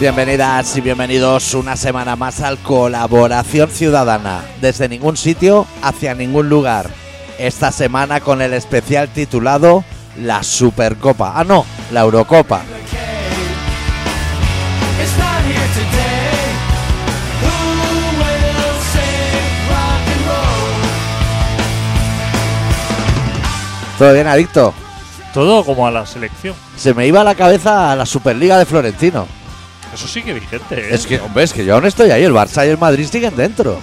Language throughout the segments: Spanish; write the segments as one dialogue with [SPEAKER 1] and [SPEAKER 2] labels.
[SPEAKER 1] Bienvenidas y bienvenidos una semana más al Colaboración Ciudadana, desde ningún sitio hacia ningún lugar. Esta semana con el especial titulado La Supercopa. Ah, no, la Eurocopa.
[SPEAKER 2] It's not here today. Who will save rock and roll?
[SPEAKER 1] ¿Todo bien, adicto?
[SPEAKER 3] Todo como a la selección.
[SPEAKER 1] Se me iba a la cabeza la Superliga de Florentino.
[SPEAKER 3] Eso sigue vigente. ¿eh?
[SPEAKER 1] Es que, hombre, es que yo aún estoy ahí. El Barça y el Madrid siguen dentro.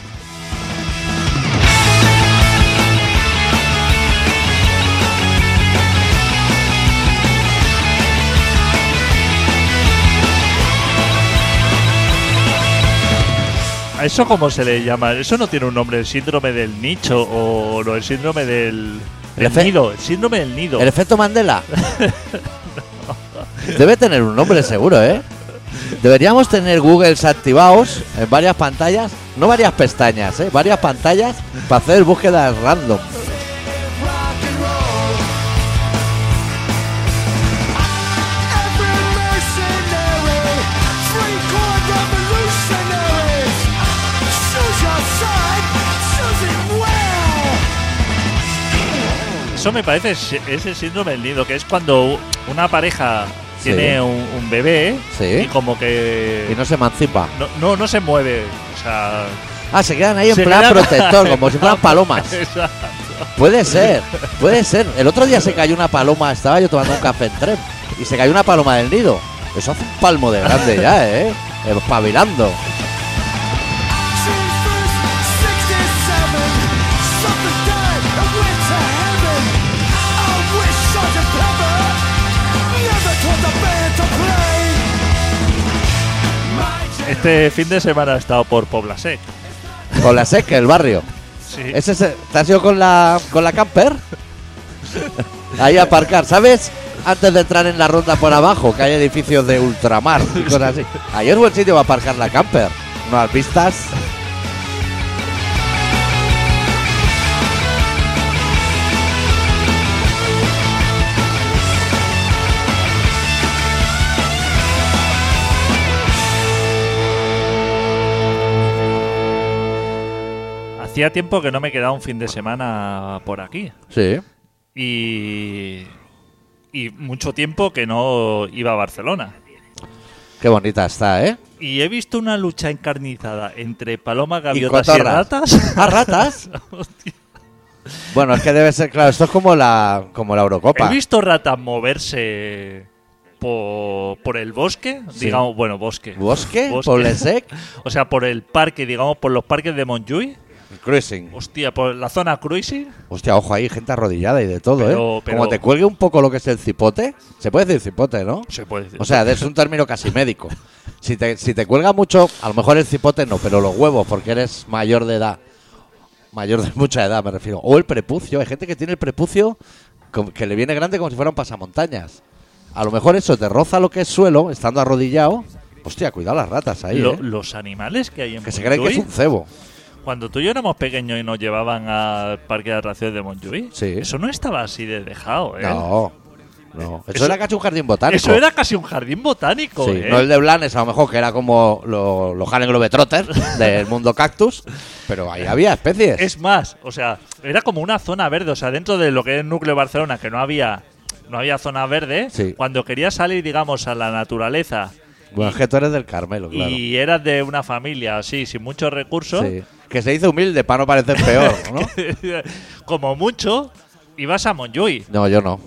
[SPEAKER 3] ¿A eso cómo se le llama? Eso no tiene un nombre. El síndrome del nicho o no, el síndrome del,
[SPEAKER 1] El
[SPEAKER 3] del
[SPEAKER 1] efe-
[SPEAKER 3] nido. El síndrome del nido.
[SPEAKER 1] ¿El efecto Mandela? Debe tener un nombre seguro, ¿eh? Deberíamos tener Google activados en varias pantallas, no varias pestañas, ¿eh? Varias pantallas para hacer búsquedas random.
[SPEAKER 2] Rock and roll. Every mercenary, free core revolutionaries. Choose your side, choose it well.
[SPEAKER 3] Eso me parece es es el síndrome del nido, que es cuando una pareja tiene un, un bebé
[SPEAKER 1] Sí.
[SPEAKER 3] y como que
[SPEAKER 1] Y no se emancipa.
[SPEAKER 3] no, no, no se mueve. O sea,
[SPEAKER 1] Ah, se quedan ahí en
[SPEAKER 3] se Ah,
[SPEAKER 1] plan
[SPEAKER 3] queda-
[SPEAKER 1] protector, como si fueran palomas.
[SPEAKER 3] Esa-
[SPEAKER 1] Puede ser, puede ser. El otro día se cayó una paloma, estaba yo tomando un café en tren, y se cayó una paloma del nido. Eso hace un palmo de grande ya, ¿eh? Espabilando.
[SPEAKER 2] June first, sixty-seven. Something died and went to heaven. I wish Sergeant Pepper never told the band to play. My
[SPEAKER 3] Este fin de semana he estado por Poblasec.
[SPEAKER 1] Con la seca, el barrio.
[SPEAKER 3] Sí.
[SPEAKER 1] Ese se- ¿Te has ido con la, con la camper? Ahí a aparcar, ¿sabes? Antes de entrar en la ronda por abajo, que hay edificios de ultramar y cosas así. Ahí es buen sitio para aparcar la camper. Unas vistas.
[SPEAKER 3] Hacía tiempo que no me quedaba un fin de semana por aquí.
[SPEAKER 1] Sí.
[SPEAKER 3] Y. Y mucho tiempo que no iba a Barcelona.
[SPEAKER 1] Qué bonita está, ¿eh?
[SPEAKER 3] Y he visto una lucha encarnizada entre palomas,
[SPEAKER 1] Y
[SPEAKER 3] gaviotas y,
[SPEAKER 1] cotorras.
[SPEAKER 3] ratas.
[SPEAKER 1] ¿Ah, ratas?
[SPEAKER 3] Hostia.
[SPEAKER 1] Bueno, es que debe ser, claro, esto es como la, como la Eurocopa.
[SPEAKER 3] He visto ratas moverse por, por el bosque,
[SPEAKER 1] Sí.
[SPEAKER 3] digamos, bueno, bosque.
[SPEAKER 1] ¿Bosque? ¿Poblesec?
[SPEAKER 3] O sea, por el parque, digamos, por los parques de Montjuïc.
[SPEAKER 1] Cruising.
[SPEAKER 3] Hostia, por la zona cruising.
[SPEAKER 1] Hostia, ojo ahí, gente arrodillada y de todo,
[SPEAKER 3] Pero-
[SPEAKER 1] ¿eh?
[SPEAKER 3] pero-
[SPEAKER 1] Como te cuelgue un poco lo que es el cipote, se puede decir cipote, ¿no?
[SPEAKER 3] Se puede decir.
[SPEAKER 1] O sea, es un término casi médico. Si te, si te cuelga mucho, a lo mejor el cipote no, pero los huevos, porque eres mayor de edad. Mayor de mucha edad, me refiero. O el prepucio. Hay gente que tiene el prepucio com- que le viene grande como si fuera un pasamontañas. A lo mejor eso te roza lo que es suelo, estando arrodillado. Hostia, cuidado las ratas ahí,
[SPEAKER 3] Lo-
[SPEAKER 1] ¿eh?
[SPEAKER 3] Los animales que hay en
[SPEAKER 1] Que se creen que es
[SPEAKER 3] Montjuïc,
[SPEAKER 1] un cebo.
[SPEAKER 3] Cuando tú y yo éramos pequeños y nos llevaban al parque de atracciones de Montjuïc,
[SPEAKER 1] Sí.
[SPEAKER 3] eso no estaba así de dejado, ¿eh?
[SPEAKER 1] No, no. Eso,
[SPEAKER 3] Eso-
[SPEAKER 1] era casi un jardín botánico.
[SPEAKER 3] Eso era casi un jardín botánico,
[SPEAKER 1] Sí,
[SPEAKER 3] ¿eh?
[SPEAKER 1] no el de Blanes, a lo mejor, que era como lo- los Harlem Globetrotters del mundo cactus, pero ahí había especies.
[SPEAKER 3] Es más, o sea, era como una zona verde, o sea, dentro de lo que es el núcleo de Barcelona, que no había, no había zona verde,
[SPEAKER 1] Sí.
[SPEAKER 3] cuando querías salir, digamos, a la naturaleza
[SPEAKER 1] Bueno, es que tú eres del Carmelo, claro.
[SPEAKER 3] y eras de una familia así, sin muchos recursos,
[SPEAKER 1] Sí. Que se dice humilde para no parecer peor, ¿no?
[SPEAKER 3] como mucho, ibas a Montjuïc.
[SPEAKER 1] no, yo no.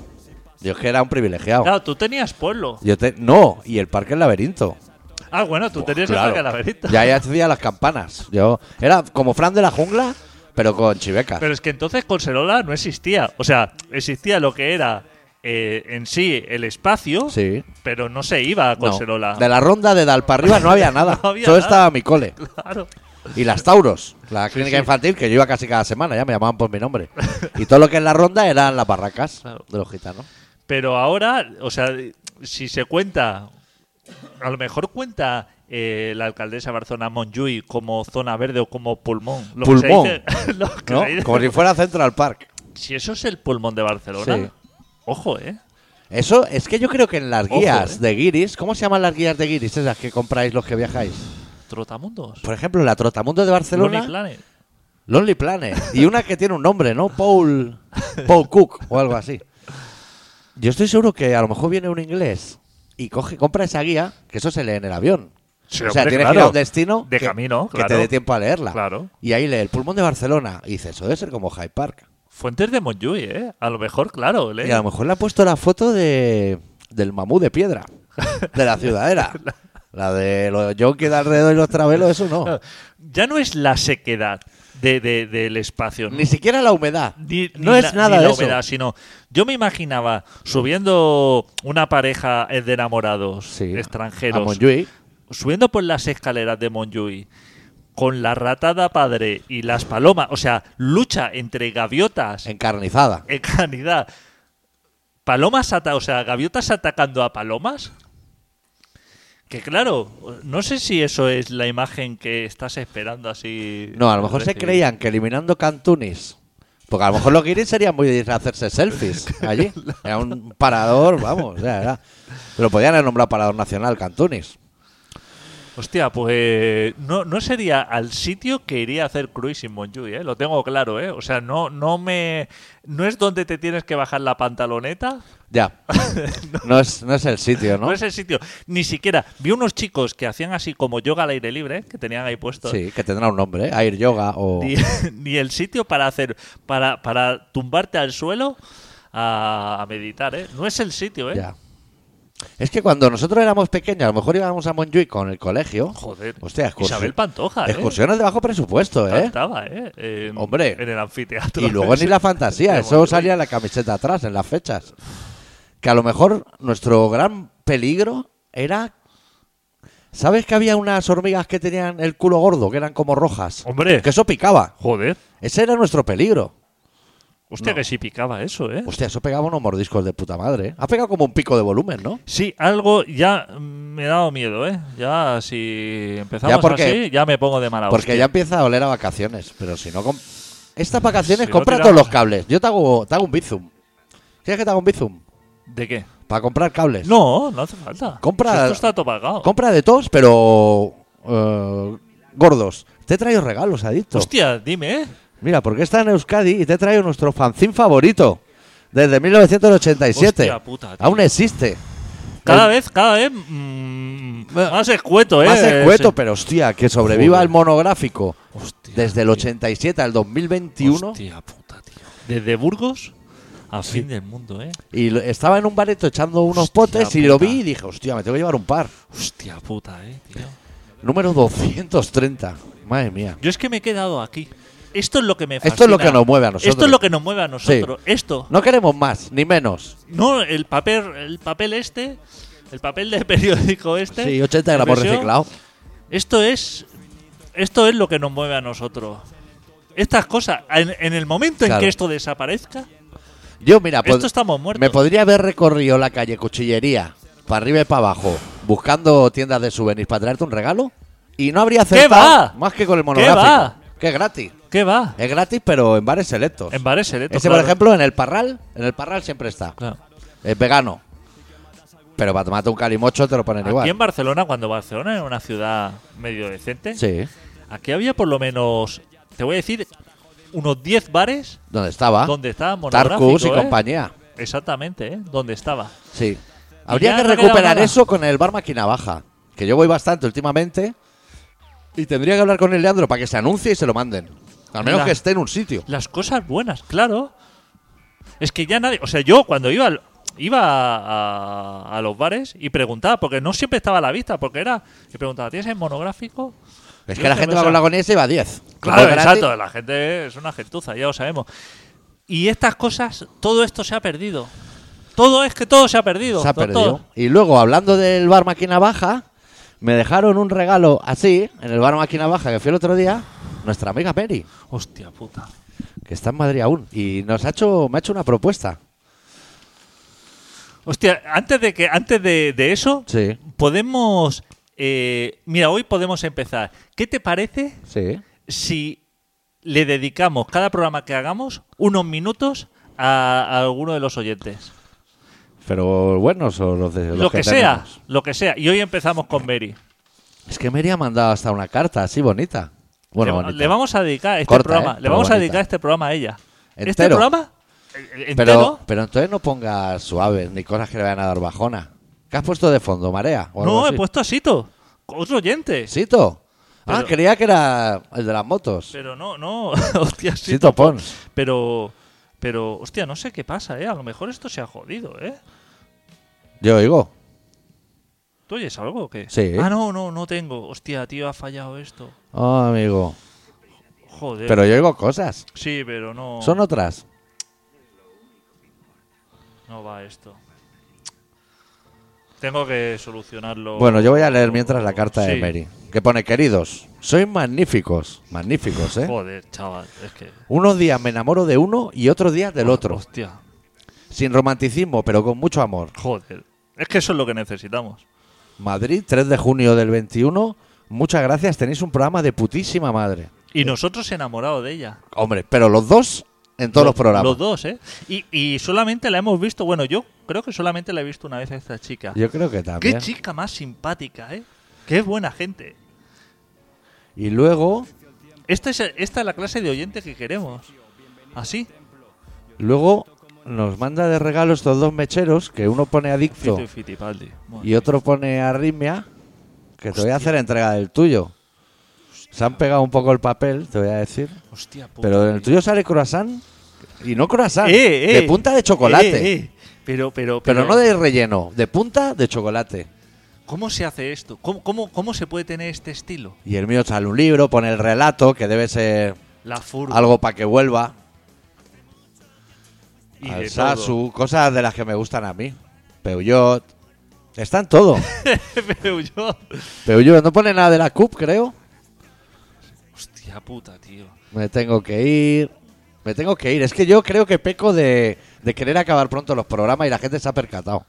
[SPEAKER 1] Yo es que era un privilegiado.
[SPEAKER 3] Claro, tú tenías pueblo.
[SPEAKER 1] Yo te... No, y el parque El Laberinto.
[SPEAKER 3] Ah, bueno, tú tenías
[SPEAKER 1] Claro.
[SPEAKER 3] el parque de la
[SPEAKER 1] Ya ya hacía las campanas. Yo era como Fran de la jungla, pero con chivecas.
[SPEAKER 3] Pero es que entonces Conselola no existía. O sea, existía lo que era eh, en sí el espacio,
[SPEAKER 1] Sí.
[SPEAKER 3] pero no se iba a
[SPEAKER 1] No.
[SPEAKER 3] Conselola.
[SPEAKER 1] De la ronda de Dal para arriba no había nada.
[SPEAKER 3] Pues No había
[SPEAKER 1] Solo
[SPEAKER 3] nada.
[SPEAKER 1] estaba mi cole.
[SPEAKER 3] Claro.
[SPEAKER 1] Y las Tauros, la clínica
[SPEAKER 3] sí.
[SPEAKER 1] infantil, que yo iba casi cada semana, ya me llamaban por mi nombre. Y todo lo que es la ronda eran las barracas
[SPEAKER 3] Claro.
[SPEAKER 1] de los gitanos.
[SPEAKER 3] Pero ahora, o sea, si se cuenta, a lo mejor cuenta eh, la alcaldesa de Barcelona Montjuïc como zona verde o como pulmón. Lo que se
[SPEAKER 1] Pulmón.
[SPEAKER 3] dice- lo que
[SPEAKER 1] ¿no?
[SPEAKER 3] se dice-
[SPEAKER 1] Como si fuera Central Park.
[SPEAKER 3] si eso es el pulmón de Barcelona,
[SPEAKER 1] Sí.
[SPEAKER 3] ojo, ¿eh?
[SPEAKER 1] Eso es que yo creo que en las
[SPEAKER 3] Ojo,
[SPEAKER 1] guías
[SPEAKER 3] eh.
[SPEAKER 1] de guiris, ¿cómo se llaman las guías de guiris esas que compráis los que viajáis?
[SPEAKER 3] Trotamundos.
[SPEAKER 1] Por ejemplo, la Trotamundo de Pues Barcelona,
[SPEAKER 3] Lonely Planet.
[SPEAKER 1] Lonely Planet. Y una que tiene un nombre, ¿no? Paul, Paul Cook o algo así. Yo estoy seguro que a lo mejor viene un inglés y coge, compra esa guía, que eso se lee en el avión.
[SPEAKER 3] Sí,
[SPEAKER 1] o sea, tienes
[SPEAKER 3] hombre,
[SPEAKER 1] que ir a
[SPEAKER 3] claro.
[SPEAKER 1] un destino
[SPEAKER 3] De
[SPEAKER 1] que,
[SPEAKER 3] camino,
[SPEAKER 1] que te
[SPEAKER 3] claro.
[SPEAKER 1] dé tiempo a leerla.
[SPEAKER 3] Claro.
[SPEAKER 1] Y ahí lee el pulmón de Barcelona. Y dice, eso debe ser como Hyde Park.
[SPEAKER 3] Fuentes de Monjuy, ¿eh? A lo mejor, claro. ¿eh?
[SPEAKER 1] Y a lo mejor le ha puesto la foto de, del mamú de piedra, de la ciudadera. La de los yonkis de alrededor y los travelos, eso no.
[SPEAKER 3] Ya no es la sequedad de, de- del espacio. ¿no?
[SPEAKER 1] Ni siquiera la humedad.
[SPEAKER 3] Ni-
[SPEAKER 1] no
[SPEAKER 3] ni
[SPEAKER 1] es
[SPEAKER 3] la-
[SPEAKER 1] nada
[SPEAKER 3] ni
[SPEAKER 1] de
[SPEAKER 3] la
[SPEAKER 1] eso.
[SPEAKER 3] humedad, sino yo me imaginaba subiendo una pareja de enamorados
[SPEAKER 1] Sí.
[SPEAKER 3] extranjeros,
[SPEAKER 1] A Montjuïc.
[SPEAKER 3] subiendo por las escaleras de Monjuy con la ratada padre y las palomas, o sea, lucha entre gaviotas
[SPEAKER 1] encarnizada.
[SPEAKER 3] en canidad, palomas ata, o sea, gaviotas atacando a palomas. Que claro, no sé si eso es la imagen que estás esperando así.
[SPEAKER 1] No, a lo mejor se
[SPEAKER 3] recibir.
[SPEAKER 1] creían que eliminando Cantunis. Porque a lo mejor los guiris serían muy de ir a hacerse selfies allí. Era un parador, vamos. o sea, era- Lo podían haber nombrado parador nacional, Cantunis.
[SPEAKER 3] Hostia, pues no, no sería al sitio que iría a hacer cruising Monjuy, ¿eh? lo tengo claro, ¿eh? O sea, no, no me no es donde te tienes que bajar la pantaloneta,
[SPEAKER 1] Ya. No es, no es el sitio,
[SPEAKER 3] no,
[SPEAKER 1] ¿no?
[SPEAKER 3] es el sitio, ni siquiera. Vi unos chicos que hacían así como yoga al aire libre, que tenían ahí puesto.
[SPEAKER 1] Sí, que tendrá un nombre, ¿eh? Air Yoga o.
[SPEAKER 3] Ni, ni el sitio para hacer, para, para tumbarte al suelo a, a meditar, ¿eh? No es el sitio, ¿eh?
[SPEAKER 1] Ya. Es que cuando nosotros éramos pequeños, a lo mejor íbamos a Montjuic con el colegio.
[SPEAKER 3] Joder.
[SPEAKER 1] Hostia, excursi-
[SPEAKER 3] Isabel Pantoja, ¿eh?
[SPEAKER 1] Excursiones de bajo presupuesto, ¿eh?
[SPEAKER 3] Cantaba, ¿eh? En-
[SPEAKER 1] Hombre.
[SPEAKER 3] En el anfiteatro.
[SPEAKER 1] Y luego ni la fantasía,
[SPEAKER 3] De
[SPEAKER 1] eso
[SPEAKER 3] Monjuy.
[SPEAKER 1] salía en la camiseta atrás, en las fechas. Que a lo mejor nuestro gran peligro era. ¿Sabes que había unas hormigas que tenían el culo gordo, que eran como rojas?
[SPEAKER 3] Hombre.
[SPEAKER 1] Que eso picaba.
[SPEAKER 3] Joder.
[SPEAKER 1] Ese era nuestro peligro.
[SPEAKER 3] Hostia,
[SPEAKER 1] No. Pues-
[SPEAKER 3] que sí picaba eso, ¿eh?
[SPEAKER 1] Hostia, eso pegaba unos mordiscos de puta madre. ¿eh? Ha pegado como un pico de volumen, ¿no?
[SPEAKER 3] Sí, algo ya mm, me ha dado miedo, ¿eh? Ya si empezamos
[SPEAKER 1] Ya porque-
[SPEAKER 3] así, ya me pongo de mala
[SPEAKER 1] Porque
[SPEAKER 3] Ah, hostia.
[SPEAKER 1] ya empieza a oler a vacaciones. Pero si no. com- Estas vacaciones,
[SPEAKER 3] Si no
[SPEAKER 1] compra
[SPEAKER 3] tiramos-
[SPEAKER 1] todos los cables. Yo te hago, te hago un bizum. ¿Quieres que te haga un bizum?
[SPEAKER 3] ¿De qué?
[SPEAKER 1] Para comprar cables.
[SPEAKER 3] No, no hace falta.
[SPEAKER 1] Compra-
[SPEAKER 3] Si Esto está todo pagado.
[SPEAKER 1] Compra de todos, pero eh, gordos. Te he traído regalos, adicto.
[SPEAKER 3] Hostia, dime, ¿eh?
[SPEAKER 1] Mira, porque está en Euskadi y te he traído nuestro fanzín favorito. Desde 1987.
[SPEAKER 3] Hostia puta, tío.
[SPEAKER 1] Aún existe.
[SPEAKER 3] Cada
[SPEAKER 1] El-
[SPEAKER 3] vez, cada vez mm,
[SPEAKER 1] Bueno,
[SPEAKER 3] más escueto, ¿eh?
[SPEAKER 1] Más escueto,
[SPEAKER 3] Ese-
[SPEAKER 1] pero hostia, que sobreviva
[SPEAKER 3] Joder.
[SPEAKER 1] el monográfico.
[SPEAKER 3] Hostia,
[SPEAKER 1] Desde el
[SPEAKER 3] tío.
[SPEAKER 1] 87 al 2021.
[SPEAKER 3] Hostia puta, tío. Desde Burgos a fin del mundo, ¿eh?
[SPEAKER 1] Y lo- estaba en un bareto echando unos
[SPEAKER 3] Hostia
[SPEAKER 1] potes y lo
[SPEAKER 3] puta.
[SPEAKER 1] vi y dije, hostia, me tengo que llevar un par.
[SPEAKER 3] Hostia puta, ¿eh, tío?
[SPEAKER 1] Número 230. Madre mía.
[SPEAKER 3] Yo es que me he quedado aquí. Esto es lo que me
[SPEAKER 1] Esto es
[SPEAKER 3] fascina.
[SPEAKER 1] lo que nos mueve a nosotros.
[SPEAKER 3] Esto es lo que nos mueve a nosotros. Esto.
[SPEAKER 1] No queremos más, ni menos.
[SPEAKER 3] No, el papel, el papel este, el papel de periódico este.
[SPEAKER 1] Sí, 80
[SPEAKER 3] de
[SPEAKER 1] gramos
[SPEAKER 3] presión,
[SPEAKER 1] reciclado.
[SPEAKER 3] Esto es, esto es lo que nos mueve a nosotros. Estas cosas, en, en el momento en
[SPEAKER 1] Claro.
[SPEAKER 3] que esto desaparezca,
[SPEAKER 1] Yo, mira, pod-
[SPEAKER 3] esto estamos muertos.
[SPEAKER 1] me podría haber recorrido la calle Cuchillería, para arriba y para abajo, buscando tiendas de souvenirs para traerte un regalo, y no habría acertado
[SPEAKER 3] va?
[SPEAKER 1] más que con el
[SPEAKER 3] ¿Qué
[SPEAKER 1] monográfico.
[SPEAKER 3] va?
[SPEAKER 1] Que es gratis.
[SPEAKER 3] ¿Qué va?
[SPEAKER 1] Es gratis, pero en bares selectos.
[SPEAKER 3] En bares selectos,
[SPEAKER 1] Pues, Ese,
[SPEAKER 3] claro.
[SPEAKER 1] por ejemplo, en el Parral, en el Parral siempre está.
[SPEAKER 3] Claro.
[SPEAKER 1] Es vegano. Pero para tomarte un calimocho te lo ponen igual.
[SPEAKER 3] Aquí en Barcelona, cuando Barcelona era una ciudad medio decente,
[SPEAKER 1] Sí,
[SPEAKER 3] aquí había por lo menos, te voy a decir, unos 10 bares
[SPEAKER 1] donde estaba.
[SPEAKER 3] donde estaba monográfico.
[SPEAKER 1] Ah, Tarkus y
[SPEAKER 3] ¿eh?
[SPEAKER 1] compañía.
[SPEAKER 3] Exactamente, ¿eh? Donde estaba.
[SPEAKER 1] Sí. Habría
[SPEAKER 3] ya
[SPEAKER 1] que
[SPEAKER 3] no queda
[SPEAKER 1] recuperar
[SPEAKER 3] nada.
[SPEAKER 1] eso con el bar Máquina Baja, que yo voy bastante últimamente. Y tendría que hablar con el Leandro para que se anuncie y se lo manden. Al menos
[SPEAKER 3] Mira.
[SPEAKER 1] que esté en un sitio.
[SPEAKER 3] Las cosas buenas, claro. Es que ya nadie. O sea, yo cuando iba al- iba a, a- a los bares y preguntaba, porque no siempre estaba a la vista, porque era. Y preguntaba, ¿tienes el monográfico?
[SPEAKER 1] Es
[SPEAKER 3] Yo
[SPEAKER 1] que la
[SPEAKER 3] siempre
[SPEAKER 1] gente va
[SPEAKER 3] pensaba,
[SPEAKER 1] con la agonía y se va a 10.
[SPEAKER 3] Claro,
[SPEAKER 1] Como es gratis,
[SPEAKER 3] exacto. La gente es una gentuza, ya lo sabemos. Y estas cosas, todo esto se ha perdido. Todo es que todo se ha perdido.
[SPEAKER 1] Se ha
[SPEAKER 3] todo-
[SPEAKER 1] perdido.
[SPEAKER 3] todo.
[SPEAKER 1] Y luego, hablando del bar Máquina Baja, me dejaron un regalo así, en el bar Máquina Baja que fui el otro día, nuestra amiga Mary,
[SPEAKER 3] Hostia puta.
[SPEAKER 1] que está en Madrid aún. Y nos ha hecho, me ha hecho una propuesta.
[SPEAKER 3] Hostia, antes de que antes de, de eso,
[SPEAKER 1] Sí.
[SPEAKER 3] podemos. eh, mira, hoy podemos empezar. ¿Qué te parece
[SPEAKER 1] Sí.
[SPEAKER 3] si le dedicamos cada programa que hagamos unos minutos a, a alguno de los oyentes.
[SPEAKER 1] Pero buenos o los de los
[SPEAKER 3] lo que, sea,
[SPEAKER 1] tenemos.
[SPEAKER 3] lo que sea. Y hoy empezamos con Berry.
[SPEAKER 1] Es que Mary ha mandado hasta una carta así bonita. Bueno,
[SPEAKER 3] le,
[SPEAKER 1] bonita.
[SPEAKER 3] le vamos a dedicar este
[SPEAKER 1] Corta, ¿eh?
[SPEAKER 3] programa. Le
[SPEAKER 1] Pero
[SPEAKER 3] vamos a
[SPEAKER 1] bonita.
[SPEAKER 3] dedicar este programa a ella. Este
[SPEAKER 1] Entero.
[SPEAKER 3] programa eh, eh,
[SPEAKER 1] pero,
[SPEAKER 3] entero.
[SPEAKER 1] pero entonces no pongas suaves ni cosas que le vayan a dar bajona. ¿Qué has puesto de fondo, marea? o algo
[SPEAKER 3] no, he
[SPEAKER 1] así?
[SPEAKER 3] puesto a Sito. Otro oyente.
[SPEAKER 1] Sito. Ah,
[SPEAKER 3] Pero-
[SPEAKER 1] creía que era el de las motos.
[SPEAKER 3] Pero no, no. hostia, Sito.
[SPEAKER 1] Sito Pons.
[SPEAKER 3] Pero, pero, hostia, no sé qué pasa, ¿eh? A lo mejor esto se ha jodido, ¿eh?
[SPEAKER 1] Yo oigo.
[SPEAKER 3] ¿Tú oyes algo o qué?
[SPEAKER 1] Sí.
[SPEAKER 3] Ah, no, no, no tengo. Hostia, tío, ha fallado esto.
[SPEAKER 1] Oh, amigo.
[SPEAKER 3] Joder.
[SPEAKER 1] Pero yo oigo cosas.
[SPEAKER 3] Sí, pero no.
[SPEAKER 1] Son otras.
[SPEAKER 3] No va esto. Tengo que solucionarlo.
[SPEAKER 1] Bueno, yo voy a leer mientras la carta de
[SPEAKER 3] Sí.
[SPEAKER 1] Mary. Que pone, queridos, sois magníficos. Magníficos, ¿eh?
[SPEAKER 3] Joder, chaval, es que.
[SPEAKER 1] Unos días me enamoro de uno y otros días del otro.
[SPEAKER 3] Oh, Hostia,
[SPEAKER 1] Sin romanticismo, pero con mucho amor.
[SPEAKER 3] joder. Es que eso es lo que necesitamos.
[SPEAKER 1] Madrid, 3 de junio del 21. Muchas gracias, tenéis un programa de putísima madre.
[SPEAKER 3] Y nosotros enamorados de ella.
[SPEAKER 1] Hombre, pero los dos en todos los, programas.
[SPEAKER 3] Los dos, ¿eh? Y, y solamente la hemos visto. Bueno, yo creo que solamente la he visto una vez a esta chica.
[SPEAKER 1] Yo creo que
[SPEAKER 3] Qué
[SPEAKER 1] también.
[SPEAKER 3] chica más simpática, ¿eh? Qué buena gente.
[SPEAKER 1] Y luego,
[SPEAKER 3] Esta es, esta es la clase de oyente que queremos. Así.
[SPEAKER 1] luego nos manda de regalo estos dos mecheros, que uno pone adicto
[SPEAKER 3] Fito y Fitipaldi. Bueno,
[SPEAKER 1] y otro pone arritmia, que te voy a hacer entrega del tuyo. Se han pegado un poco el papel, te voy a decir.
[SPEAKER 3] hostia, puta.
[SPEAKER 1] Pero en el tuyo sale croissant y no croissant,
[SPEAKER 3] Eh, eh.
[SPEAKER 1] de punta de chocolate.
[SPEAKER 3] Eh, eh. Pero, pero,
[SPEAKER 1] Pero no de relleno, de punta de chocolate.
[SPEAKER 3] ¿Cómo se hace esto? ¿Cómo, cómo, cómo se puede tener este estilo?
[SPEAKER 1] Y el mío sale un libro, pone el relato, que debe ser
[SPEAKER 3] La furba.
[SPEAKER 1] algo para que vuelva.
[SPEAKER 3] y
[SPEAKER 1] al
[SPEAKER 3] de todo.
[SPEAKER 1] Sasu, cosas de las que me gustan a mí. Peuyot. Está en todo.
[SPEAKER 3] Pero yo-
[SPEAKER 1] Peuyot no pone nada de la CUP, creo.
[SPEAKER 3] Hostia puta, tío.
[SPEAKER 1] Me tengo que ir. Me tengo que ir. Es que yo creo que peco de, de querer acabar pronto los programas y la gente se ha percatado.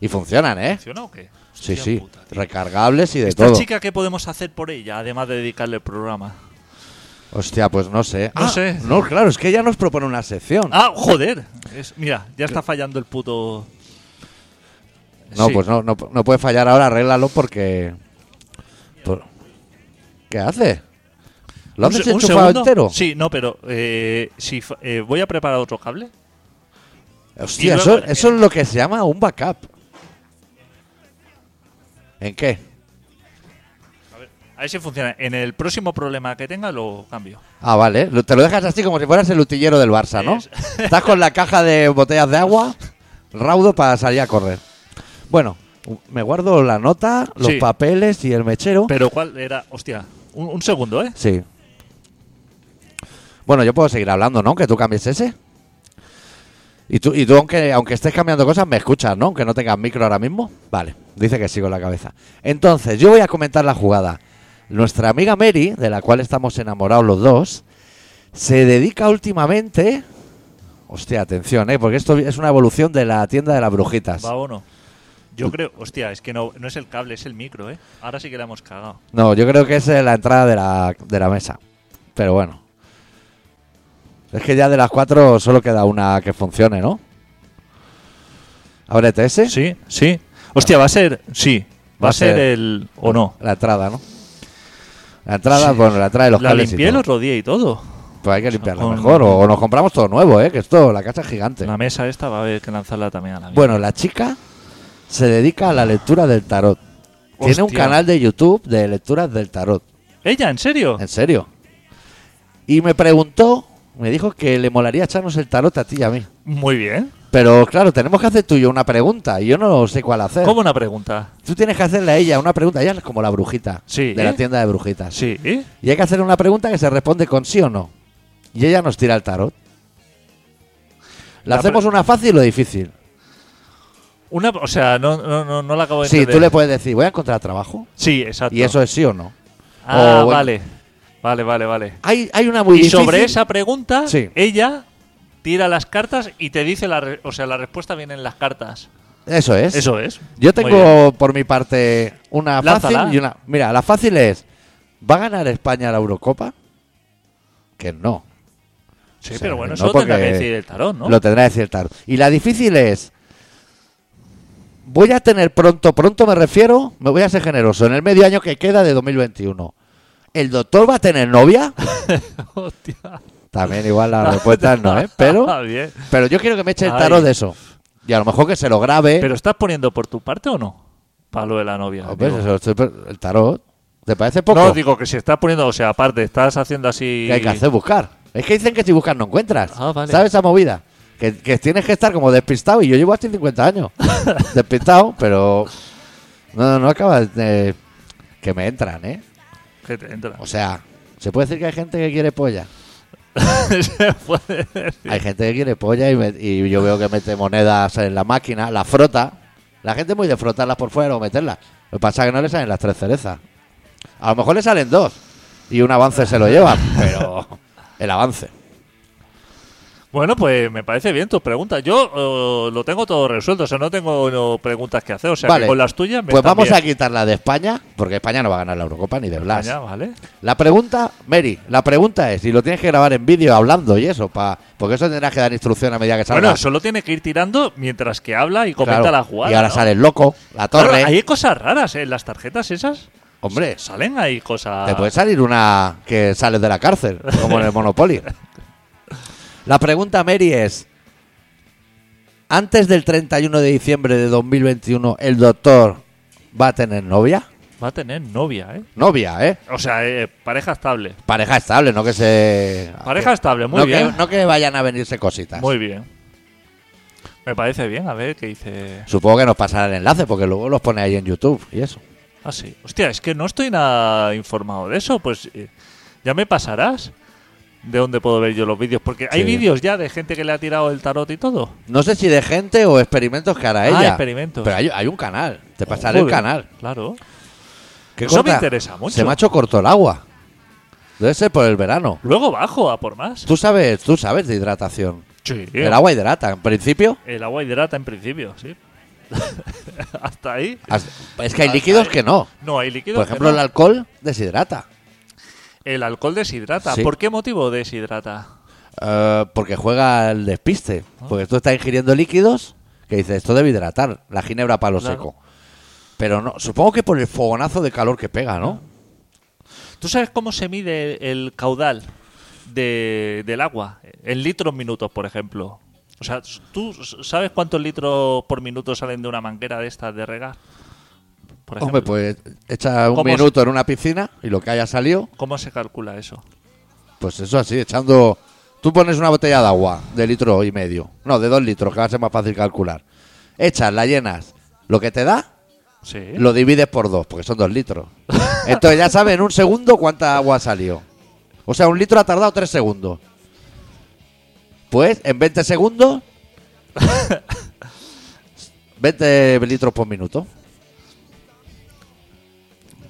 [SPEAKER 1] Y funcionan, ¿eh?
[SPEAKER 3] ¿Funciona o qué?
[SPEAKER 1] Sí,
[SPEAKER 3] Hostia
[SPEAKER 1] sí.
[SPEAKER 3] puta, tío.
[SPEAKER 1] Recargables y de
[SPEAKER 3] ¿Esta
[SPEAKER 1] todo.
[SPEAKER 3] chica qué podemos hacer por ella, además de dedicarle el programa?
[SPEAKER 1] Hostia, pues no sé.
[SPEAKER 3] No
[SPEAKER 1] Ah,
[SPEAKER 3] sé.
[SPEAKER 1] No, claro, es que ella nos propone una sección.
[SPEAKER 3] ¡Ah, joder! Es- mira, ya está fallando el puto.
[SPEAKER 1] No,
[SPEAKER 3] Sí.
[SPEAKER 1] pues no, no, no puede fallar ahora, arréglalo porque. por- ¿Qué hace? ¿Lo has
[SPEAKER 3] se-
[SPEAKER 1] desenchufado
[SPEAKER 3] segundo?
[SPEAKER 1] entero?
[SPEAKER 3] Sí, no, pero eh, si fa- eh, voy a preparar otro cable.
[SPEAKER 1] Hostia,
[SPEAKER 3] Y luego-
[SPEAKER 1] eso, eso es lo que se llama un backup. ¿En qué?
[SPEAKER 3] A ver si funciona. En el próximo problema que tenga lo cambio.
[SPEAKER 1] Ah, vale. lo- Te lo dejas así como si fueras el utillero del Barça, ¿no?
[SPEAKER 3] Es-
[SPEAKER 1] Estás con la caja de botellas de agua, raudo para salir a correr. Bueno, me guardo la nota, los
[SPEAKER 3] Sí.
[SPEAKER 1] papeles y el mechero.
[SPEAKER 3] Pero ¿cuál era? Hostia, un, un segundo, ¿eh?
[SPEAKER 1] Sí. Bueno, yo puedo seguir hablando, ¿no? Aunque tú cambies ese. Y tú, y tú aunque, aunque estés cambiando cosas, me escuchas, ¿no? Aunque no tengas micro ahora mismo. Vale, dice que sí con la cabeza. Entonces, yo voy a comentar la jugada. Nuestra amiga Mary, de la cual estamos enamorados los dos, se dedica últimamente... Hostia, atención, ¿eh? Porque esto es una evolución de la tienda de las brujitas.
[SPEAKER 3] ¿Va o no? Yo creo, hostia, es que no, no es el cable, es el micro, ¿eh? Ahora sí que la hemos cagado.
[SPEAKER 1] No, yo creo que es eh, la entrada de la, de la mesa. Pero bueno. Es que ya de las cuatro solo queda una que funcione, ¿no? Ábrete ese.
[SPEAKER 3] Sí, sí. Hostia, va a ser, sí. Va, a ser, el, o no.
[SPEAKER 1] La entrada, ¿no? La entrada, bueno, la entrada de los
[SPEAKER 3] la
[SPEAKER 1] cables y
[SPEAKER 3] limpié el
[SPEAKER 1] todo.
[SPEAKER 3] otro día y todo.
[SPEAKER 1] Pues hay que limpiarla
[SPEAKER 3] Con-
[SPEAKER 1] mejor. O, o nos compramos todo nuevo, ¿eh? Que esto, la casa es gigante.
[SPEAKER 3] La mesa esta va a haber que lanzarla también a la mierda.
[SPEAKER 1] Bueno, la chica se dedica a la lectura del tarot. Tiene un
[SPEAKER 3] Hostia.
[SPEAKER 1] canal de YouTube de lecturas del tarot.
[SPEAKER 3] ¿Ella, en serio?
[SPEAKER 1] ¿En serio? Y me preguntó, me dijo que le molaría echarnos el tarot a ti y a mí.
[SPEAKER 3] Muy bien.
[SPEAKER 1] Pero claro, tenemos que hacer tú y yo una pregunta y yo no sé cuál hacer.
[SPEAKER 3] ¿Cómo una pregunta?
[SPEAKER 1] Tú tienes que hacerle a ella una pregunta, ella es como la brujita
[SPEAKER 3] Sí,
[SPEAKER 1] de
[SPEAKER 3] ¿eh?
[SPEAKER 1] la tienda de brujitas.
[SPEAKER 3] Sí. ¿eh?
[SPEAKER 1] Y hay que hacer una pregunta que se responde con sí o no. Y ella nos tira el tarot. Le
[SPEAKER 3] La
[SPEAKER 1] hacemos
[SPEAKER 3] pre-
[SPEAKER 1] una fácil o difícil.
[SPEAKER 3] Una, o sea, no, no, no, no la acabo de
[SPEAKER 1] Sí,
[SPEAKER 3] entender.
[SPEAKER 1] tú le puedes decir, voy a encontrar trabajo.
[SPEAKER 3] Sí, exacto.
[SPEAKER 1] Y eso es sí o no.
[SPEAKER 3] Ah,
[SPEAKER 1] o bueno.
[SPEAKER 3] vale. Vale, vale, vale.
[SPEAKER 1] Hay, hay una muy
[SPEAKER 3] y
[SPEAKER 1] difícil.
[SPEAKER 3] sobre esa pregunta,
[SPEAKER 1] Sí.
[SPEAKER 3] ella tira las cartas y te dice la... re- o sea, la respuesta viene en las cartas.
[SPEAKER 1] Eso es.
[SPEAKER 3] Eso es.
[SPEAKER 1] Yo
[SPEAKER 3] Muy bien.
[SPEAKER 1] tengo por mi parte una
[SPEAKER 3] Lánzala.
[SPEAKER 1] fácil y una. Mira, la fácil es: ¿va a ganar España la Eurocopa? Que no.
[SPEAKER 3] Sí,
[SPEAKER 1] O sea,
[SPEAKER 3] pero bueno,
[SPEAKER 1] no
[SPEAKER 3] eso lo tendrá que
[SPEAKER 1] porque
[SPEAKER 3] decir el tarot, ¿no?
[SPEAKER 1] Lo tendrá que decir el tarot. Y la difícil es: voy a tener pronto, pronto me refiero, me voy a ser generoso, en el medio año que queda de 2021. ¿El doctor va a tener novia?
[SPEAKER 3] Hostia.
[SPEAKER 1] También igual la respuesta es no, ¿eh? Pero,
[SPEAKER 3] Ah, bien.
[SPEAKER 1] pero yo quiero que me eche el tarot
[SPEAKER 3] Ay.
[SPEAKER 1] de eso. Y a lo mejor que se lo grabe.
[SPEAKER 3] ¿Pero estás poniendo por tu parte o no? Para lo de la novia.
[SPEAKER 1] Hombre,
[SPEAKER 3] digo.
[SPEAKER 1] se lo estoy per- el tarot. ¿Te parece poco?
[SPEAKER 3] no, digo que si estás poniendo, o sea, aparte, estás haciendo así.
[SPEAKER 1] que Pues- hay que hacer buscar. Es que dicen que si buscas no encuentras.
[SPEAKER 3] Ah, vale.
[SPEAKER 1] ¿Sabes esa movida? Que, que tienes que estar como despistado y yo llevo hasta 50 años despistado, pero no, no acaba de... Que me entran, ¿eh?
[SPEAKER 3] Que te entra.
[SPEAKER 1] O sea, se puede decir que hay gente que quiere polla.
[SPEAKER 3] Se puede decir.
[SPEAKER 1] Hay gente que quiere polla y, me- y yo veo que mete monedas en la máquina, la frota. La gente es muy de frotarlas por fuera o meterlas. Lo que pasa es que no le salen las tres cerezas. A lo mejor le salen dos y un avance se lo llevan, pero el avance.
[SPEAKER 3] Bueno, pues me parece bien tus preguntas. Yo eh, lo tengo todo resuelto, o sea, no tengo eh, no, preguntas que hacer. O sea, que con las tuyas me
[SPEAKER 1] pues
[SPEAKER 3] están
[SPEAKER 1] vamos
[SPEAKER 3] bien.
[SPEAKER 1] a quitar la de España, porque España no va a ganar la Eurocopa ni de Blas.
[SPEAKER 3] España, ¿vale?
[SPEAKER 1] La pregunta, Mary, la pregunta es, y lo tienes que grabar en vídeo hablando y eso, pa, porque eso tendrás que dar instrucción a medida que salga.
[SPEAKER 3] Bueno, solo tiene que ir tirando mientras que habla y comenta
[SPEAKER 1] Claro.
[SPEAKER 3] la jugada.
[SPEAKER 1] Y ahora
[SPEAKER 3] ¿no?
[SPEAKER 1] sale el loco, la
[SPEAKER 3] Claro,
[SPEAKER 1] torre.
[SPEAKER 3] hay cosas raras, ¿eh? En las tarjetas esas
[SPEAKER 1] Hombre,
[SPEAKER 3] salen ahí cosas.
[SPEAKER 1] te puede salir una que sales de la cárcel, como en el Monopoly. La pregunta, Mary, es, ¿antes del 31 de diciembre de 2021 el doctor va a tener novia?
[SPEAKER 3] Va a tener novia, ¿eh?
[SPEAKER 1] Novia, ¿eh?
[SPEAKER 3] O sea, eh, pareja estable.
[SPEAKER 1] Pareja estable, no que se.
[SPEAKER 3] Pareja estable, muy
[SPEAKER 1] Ah, no
[SPEAKER 3] bien.
[SPEAKER 1] Que, no que vayan a venirse cositas.
[SPEAKER 3] Muy bien. Me parece bien, a ver qué dice.
[SPEAKER 1] Supongo que nos pasará el enlace porque luego los pone ahí en YouTube y eso.
[SPEAKER 3] Ah, sí. Hostia, es que no estoy nada informado de eso. Pues eh, ya me pasarás de dónde puedo ver yo los vídeos. Porque hay
[SPEAKER 1] Sí.
[SPEAKER 3] vídeos ya de gente que le ha tirado el tarot y todo.
[SPEAKER 1] No sé si de gente o experimentos que hará
[SPEAKER 3] Ah,
[SPEAKER 1] ella.
[SPEAKER 3] experimentos.
[SPEAKER 1] Pero hay, hay un canal. Te pasaré el
[SPEAKER 3] Joder,
[SPEAKER 1] canal.
[SPEAKER 3] Claro.
[SPEAKER 1] ¿Qué
[SPEAKER 3] Eso me
[SPEAKER 1] corta?
[SPEAKER 3] interesa mucho.
[SPEAKER 1] Se me ha hecho corto el agua. Debe ser por el verano.
[SPEAKER 3] Luego bajo a por más.
[SPEAKER 1] Tú sabes, tú sabes de hidratación.
[SPEAKER 3] Sí.
[SPEAKER 1] El agua hidrata, en principio.
[SPEAKER 3] El agua hidrata en principio, sí. Hasta ahí.
[SPEAKER 1] as- Es que hay
[SPEAKER 3] Hasta
[SPEAKER 1] líquidos
[SPEAKER 3] ahí.
[SPEAKER 1] que no.
[SPEAKER 3] No, Ah, hay líquido.
[SPEAKER 1] Por
[SPEAKER 3] que
[SPEAKER 1] ejemplo,
[SPEAKER 3] no.
[SPEAKER 1] el alcohol deshidrata.
[SPEAKER 3] El alcohol deshidrata.
[SPEAKER 1] Sí.
[SPEAKER 3] ¿Por qué motivo deshidrata?
[SPEAKER 1] Eh, porque juega el despiste.
[SPEAKER 3] Ah.
[SPEAKER 1] Porque tú estás ingiriendo líquidos que dices, esto debe hidratar. La ginebra palo
[SPEAKER 3] Claro.
[SPEAKER 1] seco. Pero no, supongo que por el fogonazo de calor que pega, ¿no?
[SPEAKER 3] ¿Tú sabes cómo se mide el caudal de- del agua? En litros minutos, por ejemplo. O sea, ¿tú sabes cuántos litros por minuto salen de una manguera de estas de regar? Ah, Por ejemplo,
[SPEAKER 1] Hombre, pues echa un
[SPEAKER 3] ¿Cómo se-
[SPEAKER 1] minuto en una piscina y lo que haya salido,
[SPEAKER 3] ¿cómo se calcula eso?
[SPEAKER 1] pues eso así, echando... Tú pones una botella de agua de litro y medio. No, de dos litros, que va a ser más fácil calcular. Echas, la llenas, lo que te da,
[SPEAKER 3] Sí.
[SPEAKER 1] ¿Eh? lo divides por dos, porque son dos litros. Entonces ya sabes en un segundo cuánta agua salió. O sea, un litro ha tardado tres segundos. Pues en 20 segundos, 20 litros por minuto.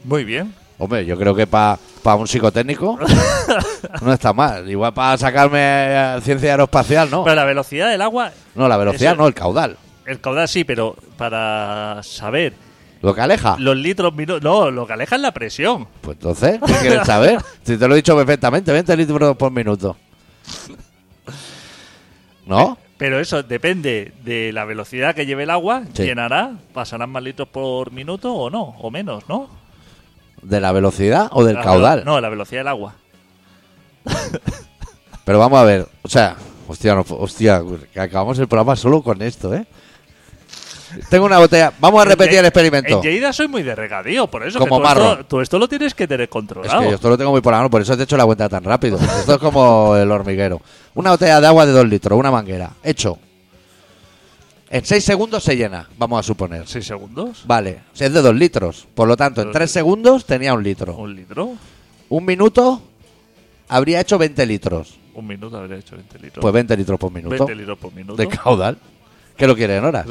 [SPEAKER 3] Muy bien.
[SPEAKER 1] Hombre, yo creo que para un psicotécnico no está mal. Igual para sacarme eh, ciencia aeroespacial, no.
[SPEAKER 3] Pero la velocidad del agua,
[SPEAKER 1] No, la velocidad
[SPEAKER 3] Eso-
[SPEAKER 1] no, el caudal.
[SPEAKER 3] el caudal sí, pero para saber
[SPEAKER 1] Lo que aleja.
[SPEAKER 3] los litros minutos. No, lo que aleja es la presión.
[SPEAKER 1] Pues entonces, ¿qué quieres saber? Si te lo he dicho perfectamente, 20 litros por minuto. ¿No?
[SPEAKER 3] Pero eso depende de la velocidad que lleve el agua,
[SPEAKER 1] Sí.
[SPEAKER 3] llenará, pasarán más litros por minuto o no, o menos, ¿no?
[SPEAKER 1] ¿De la velocidad o del
[SPEAKER 3] La velo-
[SPEAKER 1] caudal?
[SPEAKER 3] No, la velocidad del agua.
[SPEAKER 1] Pero vamos a ver, o sea, hostia, no, hostia, que acabamos el programa solo con esto, ¿eh? Tengo una botella, vamos a repetir
[SPEAKER 3] En
[SPEAKER 1] el
[SPEAKER 3] Ye-
[SPEAKER 1] experimento.
[SPEAKER 3] En Lleida soy muy de regadío, por eso.
[SPEAKER 1] Como
[SPEAKER 3] que tú esto-
[SPEAKER 1] marro.
[SPEAKER 3] tú esto lo tienes que tener
[SPEAKER 1] Es
[SPEAKER 3] controlado.
[SPEAKER 1] que yo esto lo tengo muy por la mano, por eso te he hecho la cuenta tan rápido. Esto es como el hormiguero. Una botella de agua de 2 litros, una manguera. Hecho. En 6 segundos se llena, vamos a suponer.
[SPEAKER 3] ¿Seis segundos?
[SPEAKER 1] Vale, si es de 2 litros. Por lo tanto, en
[SPEAKER 3] Dos
[SPEAKER 1] 3 segundos tenía un litro.
[SPEAKER 3] ¿Un litro?
[SPEAKER 1] Un minuto habría hecho 20 litros.
[SPEAKER 3] Un minuto habría hecho 20 litros.
[SPEAKER 1] Pues 20 litros por minuto.
[SPEAKER 3] 20 litros por minuto.
[SPEAKER 1] De caudal. ¿Qué lo quieres en horas?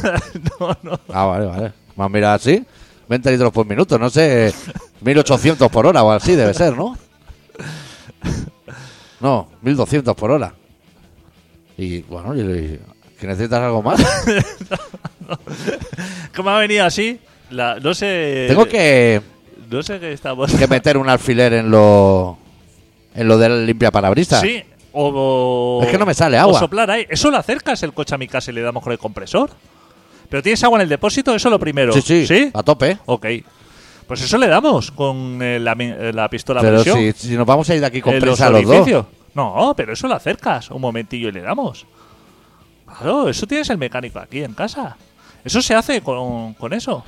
[SPEAKER 3] no, no.
[SPEAKER 1] Ah, vale, vale. Más mira así. 20 litros por minuto, no sé. 1800 por hora o así debe ser, ¿no? No, 1200 por hora. Y bueno, y- y- que necesitas algo más.
[SPEAKER 3] ¿Cómo ha venido así? La- no sé.
[SPEAKER 1] Tengo que,
[SPEAKER 3] No sé qué estamos.
[SPEAKER 1] que meter un alfiler en lo en lo del limpia parabrisas.
[SPEAKER 3] Sí. O, o-
[SPEAKER 1] Es que no me sale
[SPEAKER 3] o
[SPEAKER 1] agua.
[SPEAKER 3] soplar ahí. Eso lo acercas el coche a mi casa y le damos con el compresor. ¿Pero tienes agua en el depósito? Eso lo primero.
[SPEAKER 1] Sí, sí, a tope.
[SPEAKER 3] Ok. Pues eso le damos con eh, la, mi- eh, la pistola a
[SPEAKER 1] Pero
[SPEAKER 3] presión.
[SPEAKER 1] si, si nos vamos a ir de aquí con
[SPEAKER 3] Eh,
[SPEAKER 1] presa los dos.
[SPEAKER 3] orificios. No, pero eso lo acercas un momentillo y le damos. Claro, eso tienes el mecánico aquí en casa. Eso se hace con, con eso.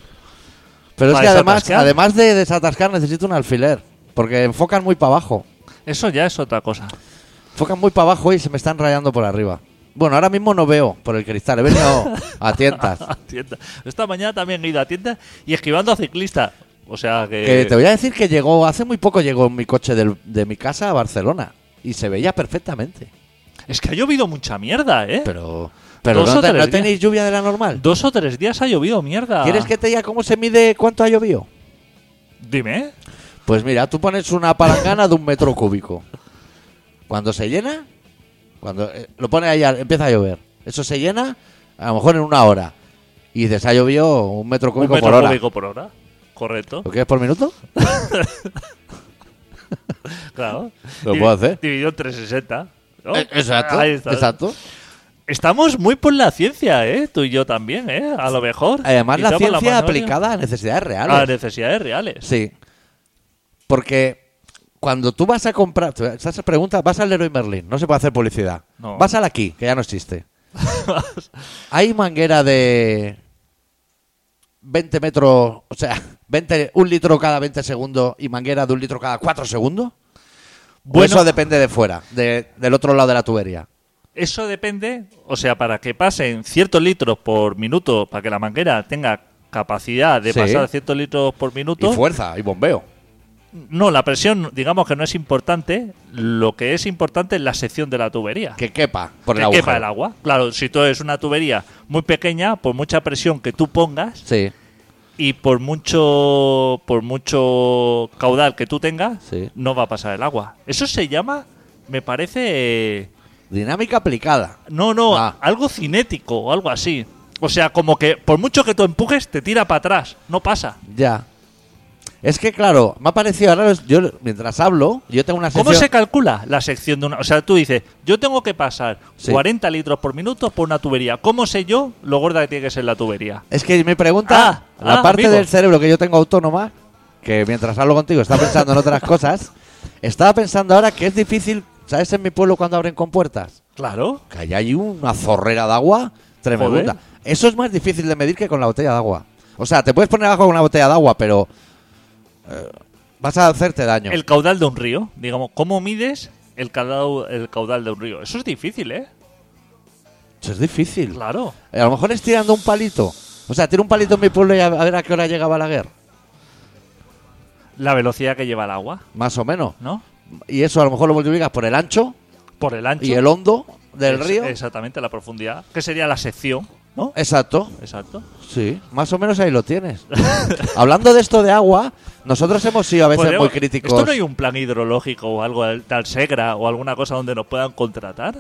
[SPEAKER 1] Pero es
[SPEAKER 3] Para
[SPEAKER 1] que además,
[SPEAKER 3] desatascar.
[SPEAKER 1] además de desatascar necesito un alfiler. Porque enfocan muy para abajo.
[SPEAKER 3] Eso ya es otra cosa.
[SPEAKER 1] Enfocan muy para abajo y se me están rayando por arriba. Bueno, ahora mismo no veo por el cristal. He venido a tientas.
[SPEAKER 3] A tienda. Esta mañana también he ido a tienda y esquivando a ciclista. O sea que.
[SPEAKER 1] Que te voy a decir que llegó, hace muy poco llegó mi coche del- de mi casa a Barcelona. Y se veía perfectamente.
[SPEAKER 3] Es que ha llovido mucha mierda, ¿eh?
[SPEAKER 1] Pero, pero
[SPEAKER 3] Dos
[SPEAKER 1] no,
[SPEAKER 3] o
[SPEAKER 1] te-
[SPEAKER 3] tres
[SPEAKER 1] ¿no tenéis lluvia de la normal.
[SPEAKER 3] Dos o tres días ha llovido mierda.
[SPEAKER 1] ¿Quieres que te diga cómo se mide cuánto ha llovido?
[SPEAKER 3] Dime.
[SPEAKER 1] Pues mira, tú pones una palangana de un metro cúbico. Cuando se llena, cuando eh, lo pones ahí, al- empieza a llover. Eso se llena a lo mejor en una hora. Y dices, ha llovido un metro
[SPEAKER 3] Un
[SPEAKER 1] cúbico
[SPEAKER 3] metro
[SPEAKER 1] por hora.
[SPEAKER 3] cúbico por hora. Correcto.
[SPEAKER 1] ¿Lo quieres por minuto?
[SPEAKER 3] Claro.
[SPEAKER 1] Lo
[SPEAKER 3] Divi-
[SPEAKER 1] puedo hacer.
[SPEAKER 3] Dividido en 360. ¿no?
[SPEAKER 1] Eh, exacto.
[SPEAKER 3] Ahí está.
[SPEAKER 1] Exacto.
[SPEAKER 3] Estamos muy por la ciencia, ¿eh? Tú y yo también, ¿eh? A lo mejor.
[SPEAKER 1] Además,
[SPEAKER 3] Y
[SPEAKER 1] la
[SPEAKER 3] tomo
[SPEAKER 1] ciencia
[SPEAKER 3] mano
[SPEAKER 1] aplicada a necesidades reales.
[SPEAKER 3] A necesidades reales.
[SPEAKER 1] Sí. Porque cuando tú vas a comprar, te haces esa pregunta, vas al Leroy Merlin, no se puede hacer publicidad.
[SPEAKER 3] No.
[SPEAKER 1] Vas al aquí, que ya no existe. Hay manguera de 20 metros, o sea, 20, un litro cada 20 segundos y manguera de un litro cada 4 segundos. Bueno,
[SPEAKER 3] Bueno.
[SPEAKER 1] eso depende de fuera, de- del otro lado de la tubería.
[SPEAKER 3] Eso depende, o sea, para que pasen ciertos litros por minuto, para que la manguera tenga capacidad de
[SPEAKER 1] Sí.
[SPEAKER 3] pasar ciertos litros por
[SPEAKER 1] Y
[SPEAKER 3] minuto.
[SPEAKER 1] fuerza, y bombeo.
[SPEAKER 3] No, la presión, digamos que no es importante. Lo que es importante es la sección de la tubería.
[SPEAKER 1] Que quepa por el
[SPEAKER 3] que quepa
[SPEAKER 1] agujero.
[SPEAKER 3] el agua. Claro, si tú es una tubería muy pequeña, por mucha presión que tú pongas,
[SPEAKER 1] Sí,
[SPEAKER 3] y por mucho por mucho caudal que tú tengas
[SPEAKER 1] Sí.
[SPEAKER 3] no va a pasar el agua eso se llama me parece eh,
[SPEAKER 1] dinámica aplicada.
[SPEAKER 3] no no
[SPEAKER 1] Ah.
[SPEAKER 3] algo cinético o algo así o sea como que por mucho que tú empujes te tira para atrás no pasa
[SPEAKER 1] Ya. Es que claro, me ha parecido ahora los- yo mientras hablo, yo tengo una
[SPEAKER 3] ¿Cómo
[SPEAKER 1] sección
[SPEAKER 3] se calcula la sección de una.? O sea, tú dices, yo tengo que pasar
[SPEAKER 1] Sí.
[SPEAKER 3] 40 litros por minuto por una tubería. ¿Cómo sé yo lo gorda que tiene que ser la tubería?
[SPEAKER 1] Es que mi pregunta,
[SPEAKER 3] Ah,
[SPEAKER 1] la
[SPEAKER 3] ah,
[SPEAKER 1] parte
[SPEAKER 3] amigo.
[SPEAKER 1] del cerebro que yo tengo autónoma, que mientras hablo contigo está pensando en otras cosas, estaba pensando ahora que es difícil, ¿sabes en mi pueblo cuando abren compuertas?
[SPEAKER 3] Claro.
[SPEAKER 1] Que allá hay una zorrera de agua tremenda.
[SPEAKER 3] Joder.
[SPEAKER 1] Eso es más difícil de medir que con la botella de agua. O sea, te puedes poner abajo con una botella de agua, pero eh, vas a hacerte daño.
[SPEAKER 3] El caudal de un río, digamos, ¿cómo mides el caudal, el caudal de un río? Eso es difícil, ¿eh?
[SPEAKER 1] Eso es difícil.
[SPEAKER 3] Claro.
[SPEAKER 1] A lo mejor es tirando un palito. O sea, tiro un palito en mi pueblo y a, a ver a qué hora llega Balaguer.
[SPEAKER 3] La velocidad que lleva el agua,
[SPEAKER 1] Más o menos.
[SPEAKER 3] ¿no?
[SPEAKER 1] Y eso a lo mejor lo multiplicas por el ancho
[SPEAKER 3] Por el ancho.
[SPEAKER 1] y el hondo del
[SPEAKER 3] Es-
[SPEAKER 1] río. Eh,
[SPEAKER 3] Exactamente, la profundidad. Que sería la sección, ¿no?
[SPEAKER 1] Exacto.
[SPEAKER 3] Exacto.
[SPEAKER 1] Sí. Más o menos ahí lo tienes. Hablando de esto de agua, nosotros hemos sido a veces
[SPEAKER 3] Podríamos-
[SPEAKER 1] muy críticos.
[SPEAKER 3] ¿Esto no hay un plan hidrológico o algo del tal Segra o alguna cosa donde nos puedan contratar?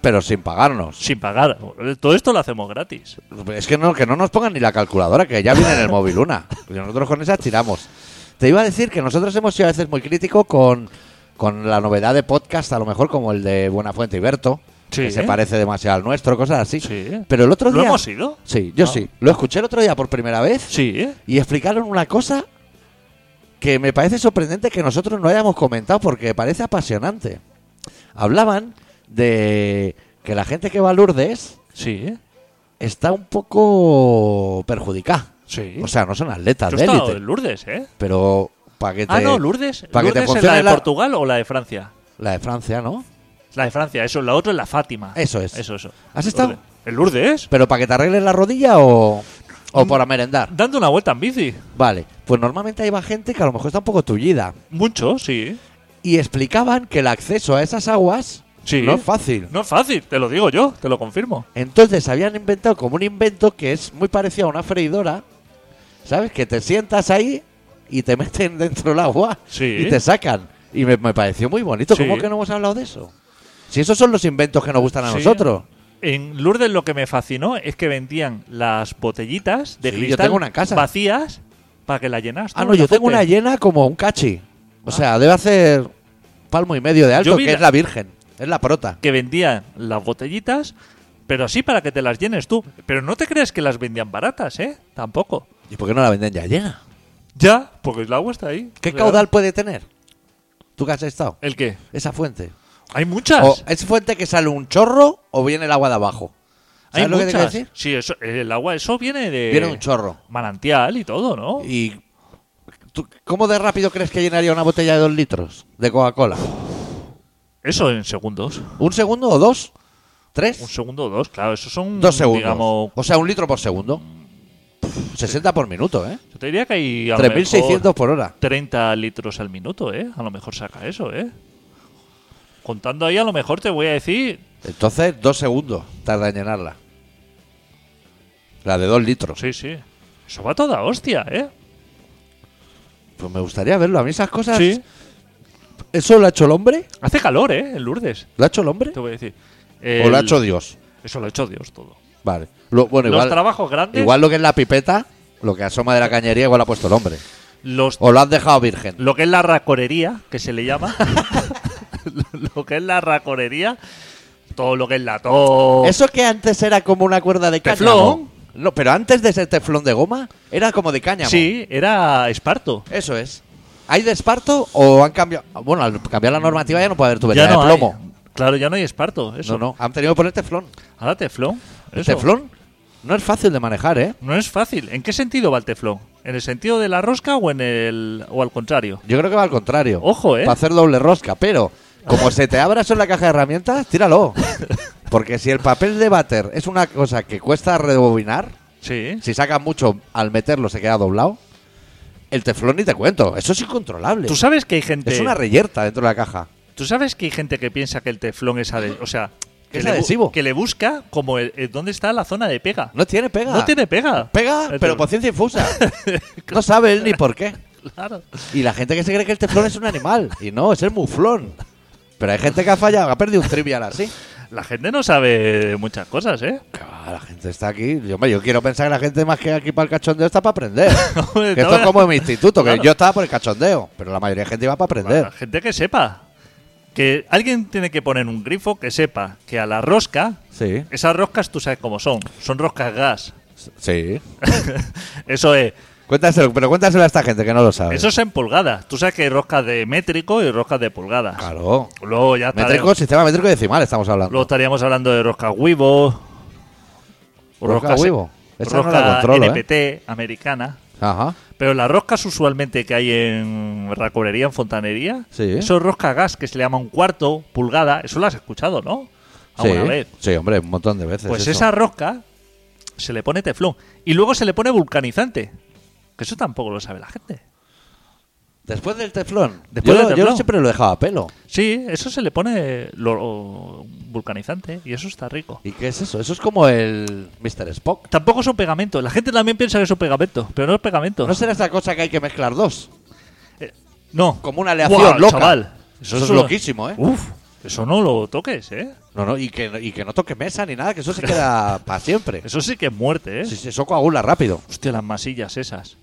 [SPEAKER 1] Pero sin pagarnos.
[SPEAKER 3] Sin pagar. Todo esto lo hacemos gratis.
[SPEAKER 1] Es que no, que no nos pongan ni la calculadora, que ya viene en el móvil una. Y nosotros con esa tiramos. Te iba a decir que nosotros hemos sido a veces muy críticos con, con la novedad de podcast, a lo mejor como el de Buenafuente y Berto,
[SPEAKER 3] Sí.
[SPEAKER 1] que se parece demasiado al nuestro, cosas así.
[SPEAKER 3] Sí.
[SPEAKER 1] Pero el otro
[SPEAKER 3] ¿Lo
[SPEAKER 1] día.
[SPEAKER 3] hemos ido?
[SPEAKER 1] Sí, yo
[SPEAKER 3] Ah.
[SPEAKER 1] sí. Lo escuché el otro día por primera vez
[SPEAKER 3] Sí, ¿eh?
[SPEAKER 1] y explicaron una cosa que me parece sorprendente que nosotros no hayamos comentado porque parece apasionante. Hablaban de que la gente que va a Lourdes
[SPEAKER 3] Sí, ¿eh?
[SPEAKER 1] está un poco perjudicada.
[SPEAKER 3] Sí.
[SPEAKER 1] O sea, no son atletas
[SPEAKER 3] Yo
[SPEAKER 1] de
[SPEAKER 3] he estado en
[SPEAKER 1] élite,
[SPEAKER 3] Lourdes, ¿eh?
[SPEAKER 1] pero para que te
[SPEAKER 3] Ah, no, Lourdes.
[SPEAKER 1] para que te
[SPEAKER 3] ¿Lourdes es
[SPEAKER 1] funcione
[SPEAKER 3] la de
[SPEAKER 1] la-
[SPEAKER 3] Portugal o la de Francia?
[SPEAKER 1] la de Francia, ¿no?
[SPEAKER 3] La de Francia, eso. La otra es la Fátima.
[SPEAKER 1] Eso es.
[SPEAKER 3] Eso, eso.
[SPEAKER 1] ¿Has estado?
[SPEAKER 3] Lourdes. ¿En Lourdes?
[SPEAKER 1] Pero para que te arregles la rodilla o o
[SPEAKER 3] Mm.
[SPEAKER 1] para merendar.
[SPEAKER 3] Dando una vuelta en bici.
[SPEAKER 1] Vale, pues normalmente ahí va gente que a lo mejor está un poco tullida
[SPEAKER 3] Mucho, sí.
[SPEAKER 1] y explicaban que el acceso a esas aguas
[SPEAKER 3] Sí.
[SPEAKER 1] no es fácil.
[SPEAKER 3] No es fácil, te lo digo yo, te lo confirmo.
[SPEAKER 1] Entonces habían inventado como un invento que es muy parecido a una freidora, ¿sabes? Que te sientas ahí y te meten dentro del agua
[SPEAKER 3] Sí.
[SPEAKER 1] y te sacan. Y me, me pareció muy bonito.
[SPEAKER 3] Sí.
[SPEAKER 1] ¿Cómo que no hemos hablado de eso? Si esos son los inventos que nos gustan a
[SPEAKER 3] Sí.
[SPEAKER 1] nosotros.
[SPEAKER 3] En Lourdes lo que me fascinó es que vendían las botellitas de
[SPEAKER 1] Sí, yo
[SPEAKER 3] cristal
[SPEAKER 1] tengo una en casa.
[SPEAKER 3] vacías para que la llenas. tú
[SPEAKER 1] Ah,
[SPEAKER 3] en
[SPEAKER 1] no,
[SPEAKER 3] la
[SPEAKER 1] yo tengo
[SPEAKER 3] fuente.
[SPEAKER 1] una llena como un cachi. O sea, debe hacer palmo y medio de alto,
[SPEAKER 3] Ah. Yo vi
[SPEAKER 1] que
[SPEAKER 3] la-
[SPEAKER 1] es la virgen. Es la prota.
[SPEAKER 3] Que vendían las botellitas Pero así para que te las llenes tú. Pero no te crees que las vendían baratas, ¿eh? Tampoco.
[SPEAKER 1] ¿Y por qué no la venden ya llena?
[SPEAKER 3] Ya, porque el agua está ahí.
[SPEAKER 1] ¿Qué
[SPEAKER 3] Claro.
[SPEAKER 1] caudal puede tener? ¿Tú que has estado?
[SPEAKER 3] ¿El qué?
[SPEAKER 1] Esa fuente.
[SPEAKER 3] Hay muchas.
[SPEAKER 1] O es fuente que sale un chorro o viene el agua de abajo.
[SPEAKER 3] Hay
[SPEAKER 1] ¿Sabes lo que te
[SPEAKER 3] muchas. Eh.
[SPEAKER 1] quiero decir?
[SPEAKER 3] Sí, eso, el agua, eso viene de.
[SPEAKER 1] Viene un chorro.
[SPEAKER 3] Manantial y todo, ¿no?
[SPEAKER 1] ¿Y tú- cómo de rápido crees que llenaría una botella de dos litros de Coca-Cola?
[SPEAKER 3] Eso en segundos.
[SPEAKER 1] ¿Un segundo o dos?
[SPEAKER 3] Un
[SPEAKER 1] ¿Tres?
[SPEAKER 3] segundo o dos, claro. Eso son.
[SPEAKER 1] Dos segundos.
[SPEAKER 3] Digamos. Mm,
[SPEAKER 1] o sea, un litro por segundo. 60 por minuto, ¿eh?
[SPEAKER 3] Yo te diría que hay. a lo
[SPEAKER 1] 3.600
[SPEAKER 3] mejor
[SPEAKER 1] por hora.
[SPEAKER 3] 30 litros al minuto, ¿eh? A lo mejor saca eso, ¿eh? Contando ahí, a lo mejor te voy a decir.
[SPEAKER 1] Entonces, dos segundos tarda en llenarla. La de dos litros.
[SPEAKER 3] Sí, sí. Eso va toda hostia, ¿eh?
[SPEAKER 1] Pues me gustaría verlo. A mí esas cosas.
[SPEAKER 3] Sí.
[SPEAKER 1] ¿Eso lo ha hecho el hombre?
[SPEAKER 3] Hace calor, ¿eh? En Lourdes,
[SPEAKER 1] ¿Lo ha hecho el hombre?
[SPEAKER 3] te voy a decir.
[SPEAKER 1] ¿O
[SPEAKER 3] El-
[SPEAKER 1] lo ha hecho Dios?
[SPEAKER 3] Eso lo ha hecho Dios todo.
[SPEAKER 1] Vale. Lo- bueno,
[SPEAKER 3] Los
[SPEAKER 1] igual,
[SPEAKER 3] trabajos grandes.
[SPEAKER 1] igual lo que es la pipeta, lo que asoma de la cañería, igual lo ha puesto el hombre.
[SPEAKER 3] Los
[SPEAKER 1] O lo has dejado virgen.
[SPEAKER 3] lo que es la racorería, que se le llama. lo que es la racorería, todo lo que es la to.
[SPEAKER 1] Eso que antes era como una cuerda de
[SPEAKER 3] Teflón.
[SPEAKER 1] cáñamo. No, pero antes de ser teflón de goma, era como de cáñamo.
[SPEAKER 3] Sí, era esparto.
[SPEAKER 1] Eso es. ¿Hay de esparto o han cambiado? Bueno, al cambiar la normativa ya no puede haber tubería
[SPEAKER 3] no
[SPEAKER 1] Pues de
[SPEAKER 3] hay.
[SPEAKER 1] plomo.
[SPEAKER 3] Claro, ya no hay esparto. Eso.
[SPEAKER 1] No, no. Han tenido que poner teflón.
[SPEAKER 3] Ahora teflón.
[SPEAKER 1] El
[SPEAKER 3] eso.
[SPEAKER 1] teflón no es fácil de manejar, ¿eh?
[SPEAKER 3] No es fácil. ¿En qué sentido va el teflón? ¿En el sentido de la rosca o en el o al contrario?
[SPEAKER 1] Yo creo que va al contrario.
[SPEAKER 3] Ojo, ¿eh?
[SPEAKER 1] Para hacer doble rosca, pero como se te abra eso en la caja de herramientas, tíralo. Porque si el papel de váter es una cosa que cuesta rebobinar,
[SPEAKER 3] Sí.
[SPEAKER 1] si sacas mucho al meterlo se queda doblado, el teflón ni te cuento. Eso es incontrolable.
[SPEAKER 3] Tú sabes que hay gente.
[SPEAKER 1] Es una reyerta dentro de la caja.
[SPEAKER 3] Tú sabes que hay gente que piensa que el teflón es adhesivo. O sea, que
[SPEAKER 1] Es
[SPEAKER 3] le bu-
[SPEAKER 1] adhesivo.
[SPEAKER 3] que le busca como el, el- dónde está la zona de pega.
[SPEAKER 1] No tiene pega.
[SPEAKER 3] No tiene pega.
[SPEAKER 1] Pega, pero
[SPEAKER 3] El
[SPEAKER 1] pues-
[SPEAKER 3] teflón.
[SPEAKER 1] por ciencia infusa. No sabe él ni por qué.
[SPEAKER 3] Claro.
[SPEAKER 1] Y la gente que se cree que el teflón es un animal. Y no, es el muflón. Pero hay gente que ha fallado, ha perdido un trivial así.
[SPEAKER 3] La gente no sabe muchas cosas, ¿eh?
[SPEAKER 1] Que va, La gente está aquí. Yo, hombre, yo quiero pensar que la gente más que aquí para el cachondeo está para aprender.
[SPEAKER 3] Hombre,
[SPEAKER 1] Que
[SPEAKER 3] no
[SPEAKER 1] esto es
[SPEAKER 3] me-
[SPEAKER 1] como en mi instituto, que
[SPEAKER 3] Claro.
[SPEAKER 1] yo estaba por el cachondeo, pero la mayoría de gente iba para aprender.
[SPEAKER 3] La gente que sepa. Que alguien tiene que poner un grifo que sepa que a la rosca,
[SPEAKER 1] Sí,
[SPEAKER 3] esas roscas tú sabes cómo son. Son roscas gas.
[SPEAKER 1] sí.
[SPEAKER 3] Eso es.
[SPEAKER 1] Cuéntaselo, pero cuéntaselo a esta gente que no lo sabe.
[SPEAKER 3] Eso es en pulgadas. Tú sabes que hay roscas de métrico y roscas de pulgadas.
[SPEAKER 1] Claro.
[SPEAKER 3] Luego ya estaremos-
[SPEAKER 1] Métrico, sistema métrico y decimal estamos hablando.
[SPEAKER 3] Luego estaríamos hablando de roscas huevo. o
[SPEAKER 1] Rosca
[SPEAKER 3] roscas-
[SPEAKER 1] huevo. Esa no
[SPEAKER 3] rosca
[SPEAKER 1] la controlo, ¿eh?
[SPEAKER 3] NPT americana.
[SPEAKER 1] Ajá.
[SPEAKER 3] Pero las roscas usualmente que hay en racorería, en fontanería,
[SPEAKER 1] Sí.
[SPEAKER 3] eso es rosca gas que se le llama un cuarto, pulgada, eso lo has escuchado, ¿no?
[SPEAKER 1] Sí,
[SPEAKER 3] Alguna vez.
[SPEAKER 1] sí, hombre, un montón de veces.
[SPEAKER 3] Pues
[SPEAKER 1] eso.
[SPEAKER 3] esa rosca se le pone teflón y luego se le pone vulcanizante, que eso tampoco lo sabe la gente.
[SPEAKER 1] Después del teflón.
[SPEAKER 3] Después
[SPEAKER 1] yo,
[SPEAKER 3] del
[SPEAKER 1] yo
[SPEAKER 3] teflón.
[SPEAKER 1] siempre lo dejaba a pelo.
[SPEAKER 3] Sí, eso se le pone lo- vulcanizante y eso está rico.
[SPEAKER 1] ¿Y qué es eso? Eso es como el Mr. Spock.
[SPEAKER 3] Tampoco es un pegamento, la gente también piensa que es un pegamento, pero no es pegamento.
[SPEAKER 1] ¿No será esa cosa que hay que mezclar dos?
[SPEAKER 3] No.
[SPEAKER 1] Como una aleación
[SPEAKER 3] Guau,
[SPEAKER 1] loca.
[SPEAKER 3] chaval.
[SPEAKER 1] Eso es loquísimo, ¿eh?
[SPEAKER 3] Uf, eso no lo toques, ¿eh?
[SPEAKER 1] No, no, y que, y que no toque mesa ni nada, que eso se queda para siempre.
[SPEAKER 3] Eso sí que es muerte, ¿eh?
[SPEAKER 1] Sí, sí, eso coagula rápido.
[SPEAKER 3] Hostia, las masillas esas.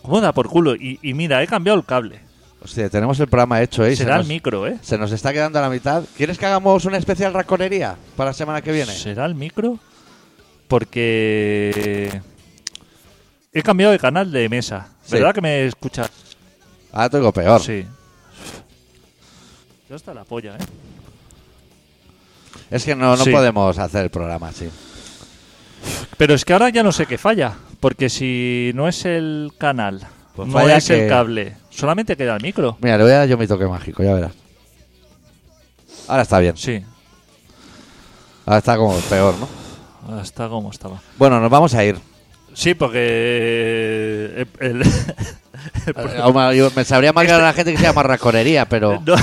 [SPEAKER 3] ¿Cómo da por culo? Y, y mira, he cambiado el cable.
[SPEAKER 1] Hostia, tenemos el programa hecho, ¿eh?
[SPEAKER 3] Será
[SPEAKER 1] se,
[SPEAKER 3] el
[SPEAKER 1] nos,
[SPEAKER 3] micro, ¿eh?
[SPEAKER 1] se nos está quedando a la mitad. ¿Quieres que hagamos una especial raconería para la semana que viene?
[SPEAKER 3] Será el micro porque he cambiado de canal de mesa.
[SPEAKER 1] Sí.
[SPEAKER 3] ¿Verdad que me escuchas?
[SPEAKER 1] Ah, tengo peor.
[SPEAKER 3] Sí. Ya está la polla, ¿eh?
[SPEAKER 1] Es que no, no
[SPEAKER 3] Sí.
[SPEAKER 1] podemos hacer el programa así.
[SPEAKER 3] Pero es que ahora ya no sé qué falla. Porque si no es el canal,
[SPEAKER 1] Pues
[SPEAKER 3] no
[SPEAKER 1] falla
[SPEAKER 3] es el
[SPEAKER 1] que-
[SPEAKER 3] cable, solamente queda el micro.
[SPEAKER 1] Mira, le voy a dar yo mi toque mágico, ya verás. Ahora está bien.
[SPEAKER 3] Sí,
[SPEAKER 1] Ahora está como peor, ¿no?
[SPEAKER 3] ahora está como estaba.
[SPEAKER 1] Bueno, nos vamos a ir.
[SPEAKER 3] Sí, porque eh, el-
[SPEAKER 1] Eh, aún- yo- Me sabría mal que
[SPEAKER 3] Este-
[SPEAKER 1] la gente que se llama raconería, pero...
[SPEAKER 3] no,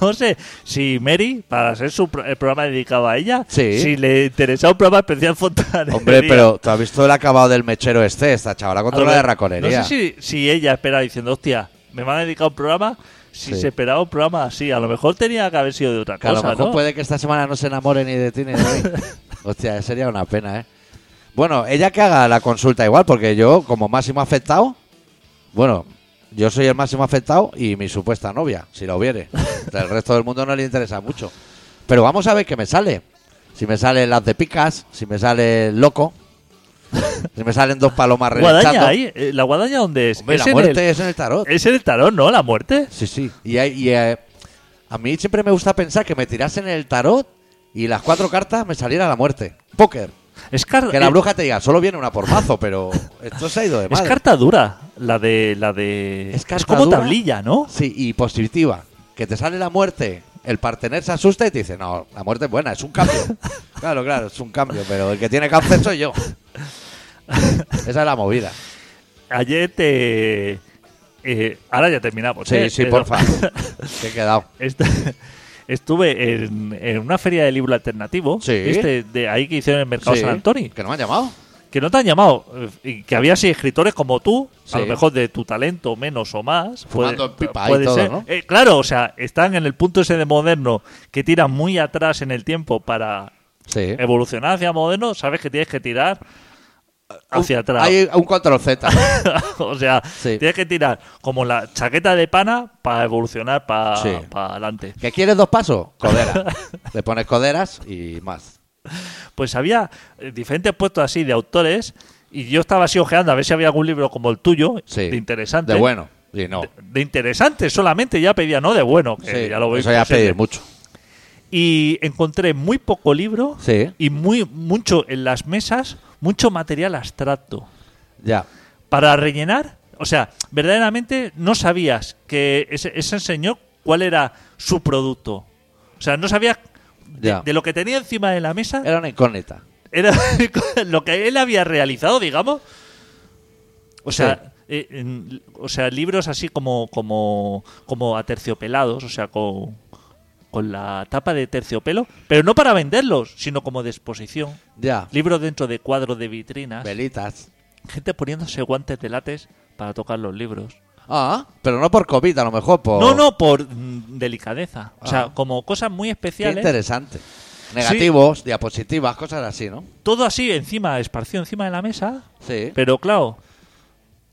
[SPEAKER 3] no sé si Mary, para ser su pro- el programa dedicado a ella,
[SPEAKER 1] Sí.
[SPEAKER 3] si le interesaba un programa especial fontanería.
[SPEAKER 1] Hombre, pero ¿tú has visto el acabado del mechero este? Esta chavala
[SPEAKER 3] A
[SPEAKER 1] con
[SPEAKER 3] lo
[SPEAKER 1] la de
[SPEAKER 3] mejor-
[SPEAKER 1] raconería.
[SPEAKER 3] No sé si, si ella esperaba diciendo, hostia, me van a dedicar un programa, si
[SPEAKER 1] Sí.
[SPEAKER 3] se esperaba un programa así, a lo mejor tenía que haber sido de otra
[SPEAKER 1] Que a lo
[SPEAKER 3] cosa,
[SPEAKER 1] mejor
[SPEAKER 3] ¿no?
[SPEAKER 1] puede que esta semana no se enamore ni de ti ni de mí. Hostia, sería una pena, ¿eh? Bueno, ella que haga la consulta igual, porque yo, como máximo afectado, bueno, yo soy el máximo afectado y mi supuesta novia, si la hubiere. El resto del mundo no le interesa mucho. Pero vamos a ver qué me sale. Si me sale las de picas, si me sale el loco, si me salen dos palomas
[SPEAKER 3] Guadaña
[SPEAKER 1] relinchando.
[SPEAKER 3] ahí. eh, ¿La guadaña dónde es?
[SPEAKER 1] Hombre,
[SPEAKER 3] es
[SPEAKER 1] la muerte
[SPEAKER 3] en el,
[SPEAKER 1] es en el tarot.
[SPEAKER 3] es en el tarot, ¿no? La muerte.
[SPEAKER 1] Sí, sí. Y, hay- y, eh, a mí siempre me gusta pensar que me tirasen el tarot y las cuatro cartas me saliera la muerte. Póker.
[SPEAKER 3] Es, car-
[SPEAKER 1] Que la
[SPEAKER 3] eh,
[SPEAKER 1] bruja te diga, solo viene una por mazo, pero esto se ha ido de
[SPEAKER 3] es
[SPEAKER 1] madre.
[SPEAKER 3] carta dura. La de. La de
[SPEAKER 1] Es carta
[SPEAKER 3] como
[SPEAKER 1] dura.
[SPEAKER 3] tablilla, ¿no?
[SPEAKER 1] Sí, y positiva. Que te sale la muerte, el partener se asusta y te dice, no, la muerte es buena, es un cambio. claro, claro, es un cambio, pero el que tiene cáncer soy yo. Esa es la movida.
[SPEAKER 3] Ayer te. eh, ahora ya terminamos.
[SPEAKER 1] Sí,
[SPEAKER 3] ¿eh?
[SPEAKER 1] sí,
[SPEAKER 3] Pero-
[SPEAKER 1] porfa. Que he quedado.
[SPEAKER 3] Est- Estuve en, en una feria de libro alternativo,
[SPEAKER 1] Sí.
[SPEAKER 3] ¿viste? de ahí que hicieron en el Mercado
[SPEAKER 1] Sí,
[SPEAKER 3] San Antonio,
[SPEAKER 1] Que no me han llamado.
[SPEAKER 3] que no te han llamado, eh, y que había así escritores como tú,
[SPEAKER 1] Sí.
[SPEAKER 3] a lo mejor de tu talento menos o más.
[SPEAKER 1] Fumando en pipa y todo, ¿no?
[SPEAKER 3] Eh, claro, o sea, están en el punto ese de moderno que tiran muy atrás en el tiempo para
[SPEAKER 1] Sí.
[SPEAKER 3] evolucionar hacia moderno, sabes que tienes que tirar hacia
[SPEAKER 1] Un-
[SPEAKER 3] atrás.
[SPEAKER 1] Hay un control Z.
[SPEAKER 3] o sea,
[SPEAKER 1] Uh, Sí.
[SPEAKER 3] tienes que tirar como la chaqueta de pana para evolucionar para
[SPEAKER 1] Sí.
[SPEAKER 3] adelante.
[SPEAKER 1] ¿Que quieres dos pasos? Codera. Le pones coderas y más.
[SPEAKER 3] pues había eh, diferentes puestos así de autores y yo estaba así ojeando a ver si había algún libro como el tuyo
[SPEAKER 1] Sí.
[SPEAKER 3] de interesante.
[SPEAKER 1] De bueno. Y no.
[SPEAKER 3] De, de interesante solamente, ya pedía, no de bueno, que
[SPEAKER 1] Sí,
[SPEAKER 3] ya lo voy
[SPEAKER 1] eso ya
[SPEAKER 3] imposible.
[SPEAKER 1] pedir mucho.
[SPEAKER 3] Y encontré muy poco libro
[SPEAKER 1] Sí.
[SPEAKER 3] y muy mucho en las mesas, mucho material abstracto.
[SPEAKER 1] Ya.
[SPEAKER 3] Para rellenar, o sea, verdaderamente no sabías que ese, ese señor cuál era su producto. O sea, no sabías de-
[SPEAKER 1] Ya.
[SPEAKER 3] de lo que tenía encima de la mesa
[SPEAKER 1] Era una incógnita.
[SPEAKER 3] era lo que él había realizado, digamos. O
[SPEAKER 1] Sí.
[SPEAKER 3] sea, eh, en- o sea, libros así como como como aterciopelados, o sea, con con la tapa de terciopelo, pero no para venderlos, sino como de exposición.
[SPEAKER 1] Ya.
[SPEAKER 3] Libros dentro de cuadros de vitrinas,
[SPEAKER 1] Velitas.
[SPEAKER 3] gente poniéndose guantes de látex para tocar los libros.
[SPEAKER 1] Ah, pero no por COVID, a lo mejor por.
[SPEAKER 3] No, no, por mm, delicadeza. O sea,
[SPEAKER 1] Oh. Ah.
[SPEAKER 3] como cosas muy
[SPEAKER 1] Qué
[SPEAKER 3] especiales.
[SPEAKER 1] interesante. Negativos, diapositivas, cosas así, ¿no?
[SPEAKER 3] Todo así encima, esparcido encima de la mesa.
[SPEAKER 1] Sí.
[SPEAKER 3] Pero claro,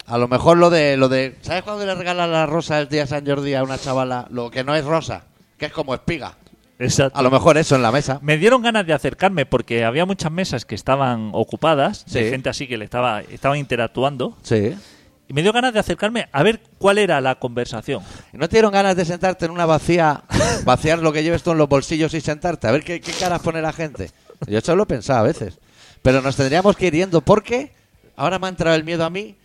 [SPEAKER 1] A lo mejor lo de, lo de. ¿Sabes cuando le regalan la rosa el día San Jordi a una chavala? Lo que no es rosa, que es como espiga.
[SPEAKER 3] exacto.
[SPEAKER 1] A lo mejor eso en la mesa.
[SPEAKER 3] Me dieron ganas de acercarme porque había muchas mesas que estaban ocupadas, de
[SPEAKER 1] Sí.
[SPEAKER 3] gente así que le estaba, estaban interactuando.
[SPEAKER 1] Sí.
[SPEAKER 3] Y me dio ganas de acercarme a ver cuál era la conversación.
[SPEAKER 1] ¿No te dieron ganas de sentarte en una vacía, vaciar lo que lleves tú en los bolsillos y sentarte? A ver qué, qué caras pone la gente. Yo eso lo he pensado a veces. Pero nos tendríamos que ir yendo porque ahora me ha entrado el miedo a mí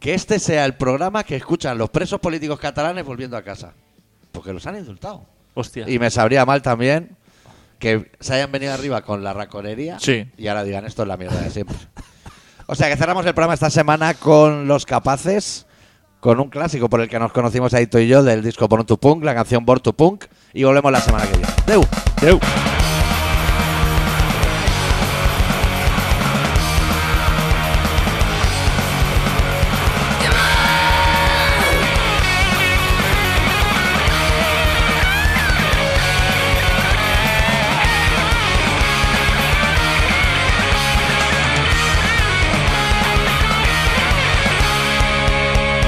[SPEAKER 1] que este sea el programa que escuchan los presos políticos catalanes volviendo a casa. Porque los han insultado.
[SPEAKER 3] Hostia.
[SPEAKER 1] Y me sabría mal también que se hayan venido arriba con la raconería
[SPEAKER 3] Sí.
[SPEAKER 1] y ahora digan esto es la mierda de siempre. O sea que cerramos el programa esta semana con Los Capaces, con un clásico por el que nos conocimos ahí tú y yo del disco Born to Punk, la canción Born to Punk, y volvemos la semana que viene. ¡Deu!
[SPEAKER 3] Deu.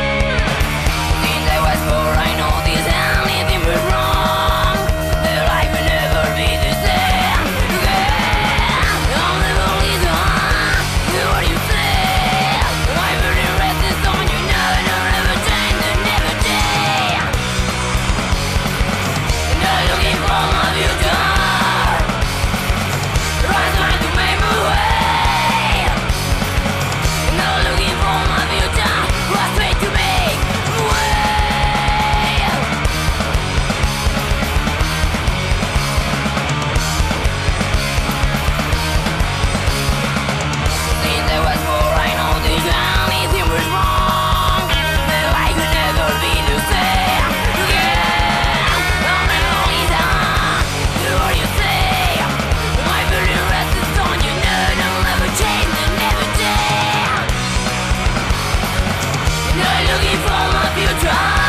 [SPEAKER 4] Things I was for, I know this anything but wrong. Their life will never be the same again. All the only one, what you say? I will erase this on you never, never, never change, and never change. And I'm looking for my future. Right now to make my way. And I'm looking for my future. What's made to make way? Since I was four, I know this anything was wrong. My life will never be the same again. I'm the only one. Do what you say. My very rest is on you. No, no, never change, and never change. Not looking for my future.